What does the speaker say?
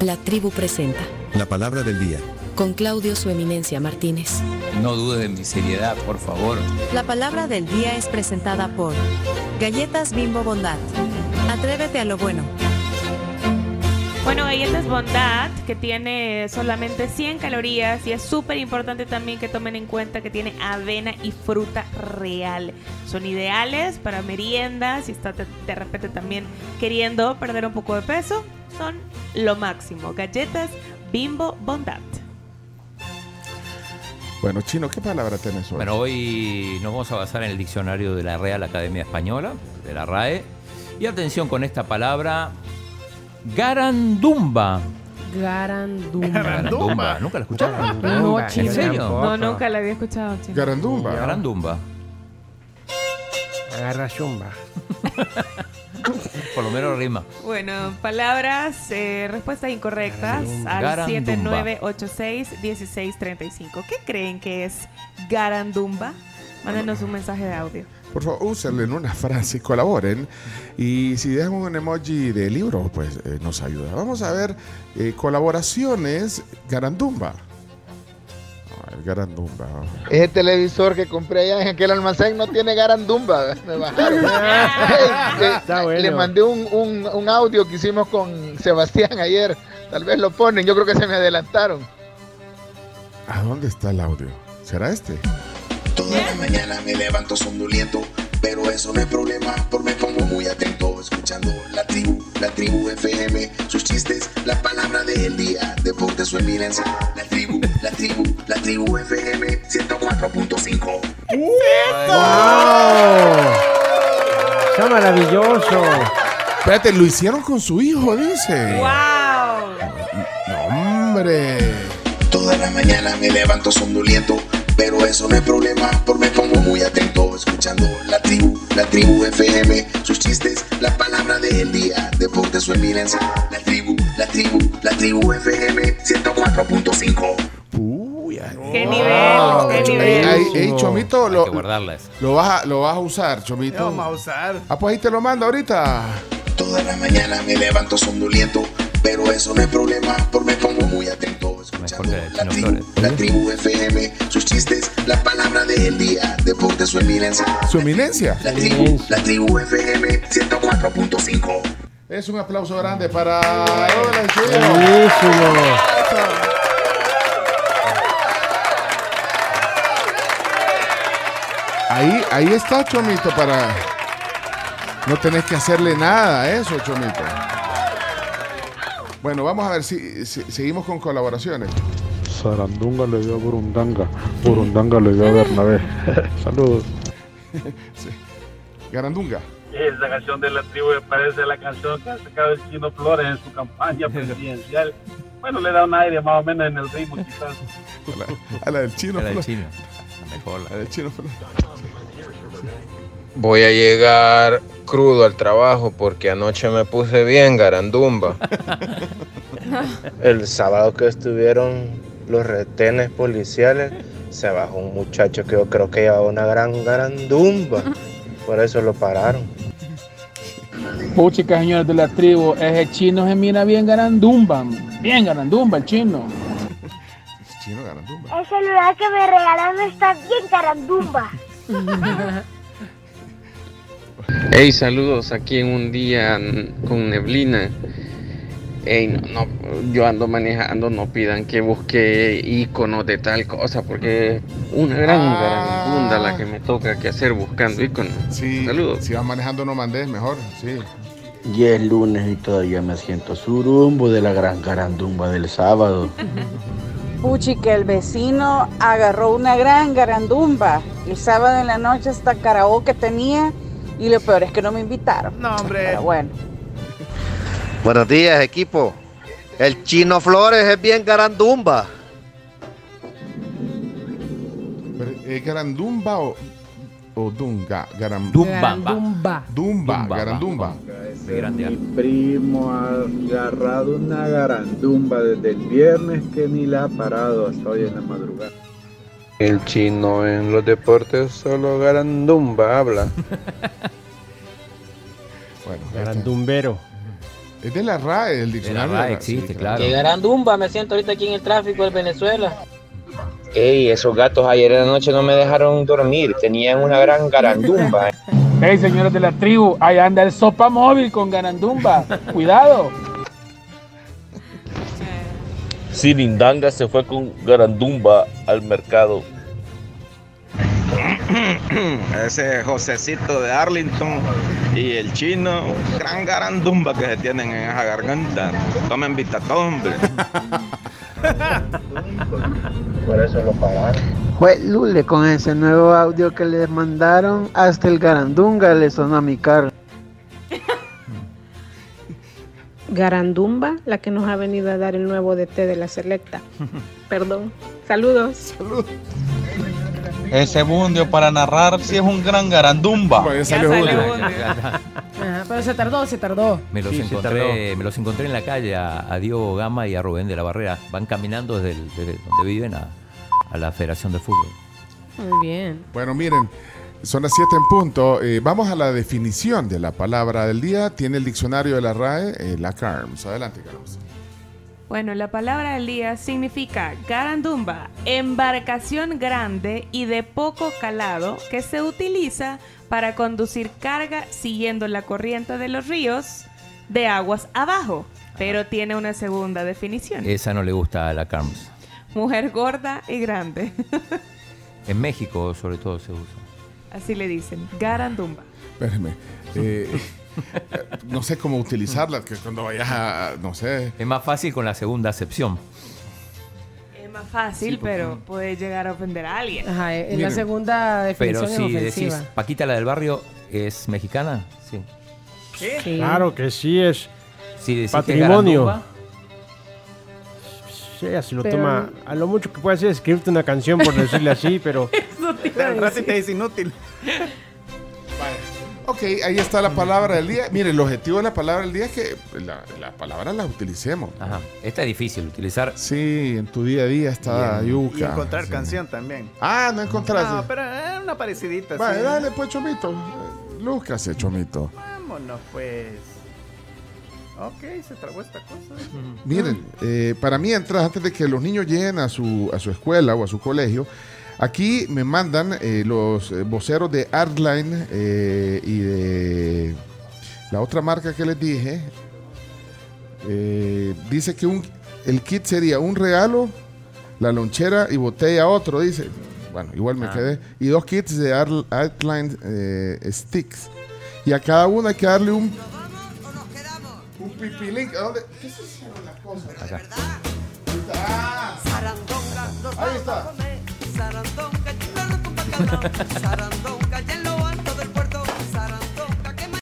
La tribu presenta. La palabra del día. Con Claudio Su Eminencia Martínez. No dudes de mi seriedad, por favor. La palabra del día es presentada por Galletas Bimbo Bondad. Atrévete a lo bueno. Bueno, galletas Bondad, que tiene solamente 100 calorías y es súper importante también que tomen en cuenta que tiene avena y fruta real. Son ideales para meriendas, si estás de, de repente también queriendo perder un poco de peso, son lo máximo. Galletas Bimbo Bondad. Bueno, Chino, ¿qué palabra tenés hoy? Bueno, hoy nos vamos a basar en el diccionario de la Real Academia Española, de la RAE. Y atención con esta palabra, garandumba. Garandumba. Garandumba. ¿Nunca la escucharon? Garandumba. No, ¿En chino. serio? No, nunca la había escuchado, chino. Garandumba. Garandumba. Agarra chumba. Por lo menos rima. Bueno, palabras, eh, respuestas incorrectas al Garandumba. 7986-1635. ¿Qué creen que es Garandumba? Mándenos un mensaje de audio. Por favor, úsenlo en una frase, colaboren. Y si dejan un emoji de libro, pues eh, nos ayuda. Vamos a ver eh, colaboraciones Garandumba. A ver, Garandumba. Ese televisor que compré allá en aquel almacén no tiene garandumba. Me bajaron. Le- Ah, Está bueno. Le mandé un, un- un audio que hicimos con Sebastián ayer. Tal vez lo ponen, yo creo que se me adelantaron. ¿A dónde está el audio? ¿Será este? Toda la mañana me levanto somnoliento, pero eso no es problema, porque me pongo muy atento escuchando la tribu, la tribu FM, sus chistes, la palabra del día, deporte su eminencia, la tribu, la tribu, la tribu FM 104.5. Está maravilloso. Espérate, lo hicieron con su hijo, dice. ¡Wow! No, hombre. Toda la mañana me levanto somnoliento, pero eso no es problema, porque me pongo muy atento escuchando la tribu, la tribu FM, sus chistes, la palabra del día, deporte su eminencia, la tribu, la tribu, la tribu FM 104.5. Uy, ay. ¡Qué nivel! ¡Qué Ey, nivel! ey, ey, Chomito, Hay lo, que guardarla esa. lo vas a, lo vas a usar, Chomito. vamos a usar. Ah, pues ahí te lo mando ahorita. Toda la mañana me levanto somnoliento, pero eso no es problema, porque me pongo muy atento escuchando Mejor que la Chino tribu, Flores. la tribu FM, sus chistes, la palabra del día, deporte su eminencia. Su eminencia. La tribu, la tribu FM 104.5. Es un aplauso grande para Hola, Chino. Buenísimo. Ahí, ahí está Chomito para. No tenés que hacerle nada a eso, Chomito. Bueno, vamos a ver si, si- seguimos con colaboraciones. Sarandunga le dio a Burundanga, Burundanga le dio a Bernabé. Saludos. Garandunga. Esa canción de la tribu me parece la canción que ha sacado el Chino Flores en su campaña presidencial. Bueno, le da un aire más o menos en el ritmo quizás. A la, a la del chino. Era de Flores. chino. La mejor. A la del chino. Flores. Voy a llegar crudo al trabajo porque anoche me puse bien garandumba. El sábado que estuvieron los retenes policiales, se bajó un muchacho que yo creo que llevaba una gran garandumba. Por eso lo pararon. Puchica, señores de la tribu, ese chino se mira bien garandumba, bien garandumba el chino. Chino Garandumba. El celular que me regalaron está bien carandumba. Hey, saludos aquí en un día con neblina. Hey, no, yo ando manejando, no pidan que busque iconos de tal cosa, porque es una gran Ah. garandunda la que me toca que hacer buscando iconos. Sí, Saludos. si vas manejando no mandes, mejor. Sí. Y es lunes y todavía me siento surumbo de la gran garandumba del sábado. Puchi, que el vecino agarró una gran garandumba. El sábado en la noche hasta karaoke tenía y lo peor es que no me invitaron. No, hombre. Pero bueno. Buenos días, equipo. El Chino Flores es bien garandumba. Pero, eh, Garandumba o, o Dunga. Garam- Dumbamba. Dumba, Dumba, Garandumba. De grande alma. primo ha agarrado una garandumba desde el viernes que ni la ha parado hasta hoy en la madrugada. El chino en los deportes solo garandumba habla. Bueno, ahí está. Garandumbero. Es de la RAE, el De la diccionario. RAE existe, claro. Llegarán Dumba, me siento ahorita aquí en el tráfico de Venezuela. Ey, esos gatos ayer en la noche no me dejaron dormir, tenían una gran garandumba. Hey, señores de la tribu, ahí anda el sopa móvil con Ganandumba. Cuidado. Sirindanga se fue con Garandumba al mercado. Ese Josecito de Arlington y el chino, gran garandumba que se tienen en esa garganta. Tomen vitatón, hombre. Por eso lo pagaron. Pues Lule, con ese nuevo audio que les mandaron, hasta el Garandunga le sonó a mi carro. Garandumba, la que nos ha venido a dar el nuevo DT de la selecta. Perdón. Saludos. Ese bundio para narrar si es un gran garandumba. Ajá, Ah, pero se tardó, se tardó. Me los, Sí, se encontré, me los encontré en la calle a, a Diego Gama y a Rubén de la Barrera. Van caminando desde, el- desde donde viven a, a la Federación de Fútbol. Muy bien. Bueno, miren, son las 7 en punto. Eh, vamos a la definición de la palabra del día. Tiene el diccionario de la RAE, eh, la CARMS. Adelante, CARMS. Bueno, la palabra del día significa garandumba, embarcación grande y de poco calado que se utiliza para conducir carga siguiendo la corriente de los ríos de aguas abajo, pero tiene una segunda definición. Esa no le gusta a la CARMS. Mujer gorda y grande, En México, sobre todo, se usa. así le dicen, garandumba. Espérenme. Eh, no sé cómo utilizarla, que cuando vayas a. No sé. Es más fácil con la segunda acepción. Es más fácil, pero puede llegar a ofender a alguien. Ajá, es Miren, la segunda definición Pero si es ofensiva. decís, Paquita la del barrio es mexicana, sí. Sí. Claro que sí es Si decís que es patrimonio. garandumba, Sí, así lo Pero- toma. A lo mucho que puede hacer es escribirte una canción por decirle así, pero. es inútil. Ok, ahí está la palabra del día. Miren, el objetivo de la palabra del día es que la, la palabra la utilicemos. Ajá. Esta es difícil de utilizar. Sí, en tu día a día está yuca. Y encontrar Sí. canción también. Ah, no encontraste. No, pero eh, una parecidita. Vale, sí. dale, pues, Chomito. Eh, Lúcase, Chomito. Vámonos, pues. Ok, se trabó esta cosa. Miren, eh, para mientras, antes de que los niños lleguen a su, a su escuela o a su colegio, aquí me mandan eh, los eh, voceros de Artline eh, y de la otra marca que les dije. Eh, dice que un, el kit sería un regalo, la lonchera y botella otro, dice. Bueno, igual me Ah. quedé. Y dos kits de Ar- Artline eh, Sticks. Y a cada uno hay que darle un Un pipilín. ¿a dónde? ¿Qué se hicieron las cosas? Acá. Sarandonga, nos Ahí vamos a comer. Sarandonga, chulano con bacalao. Sarandonga,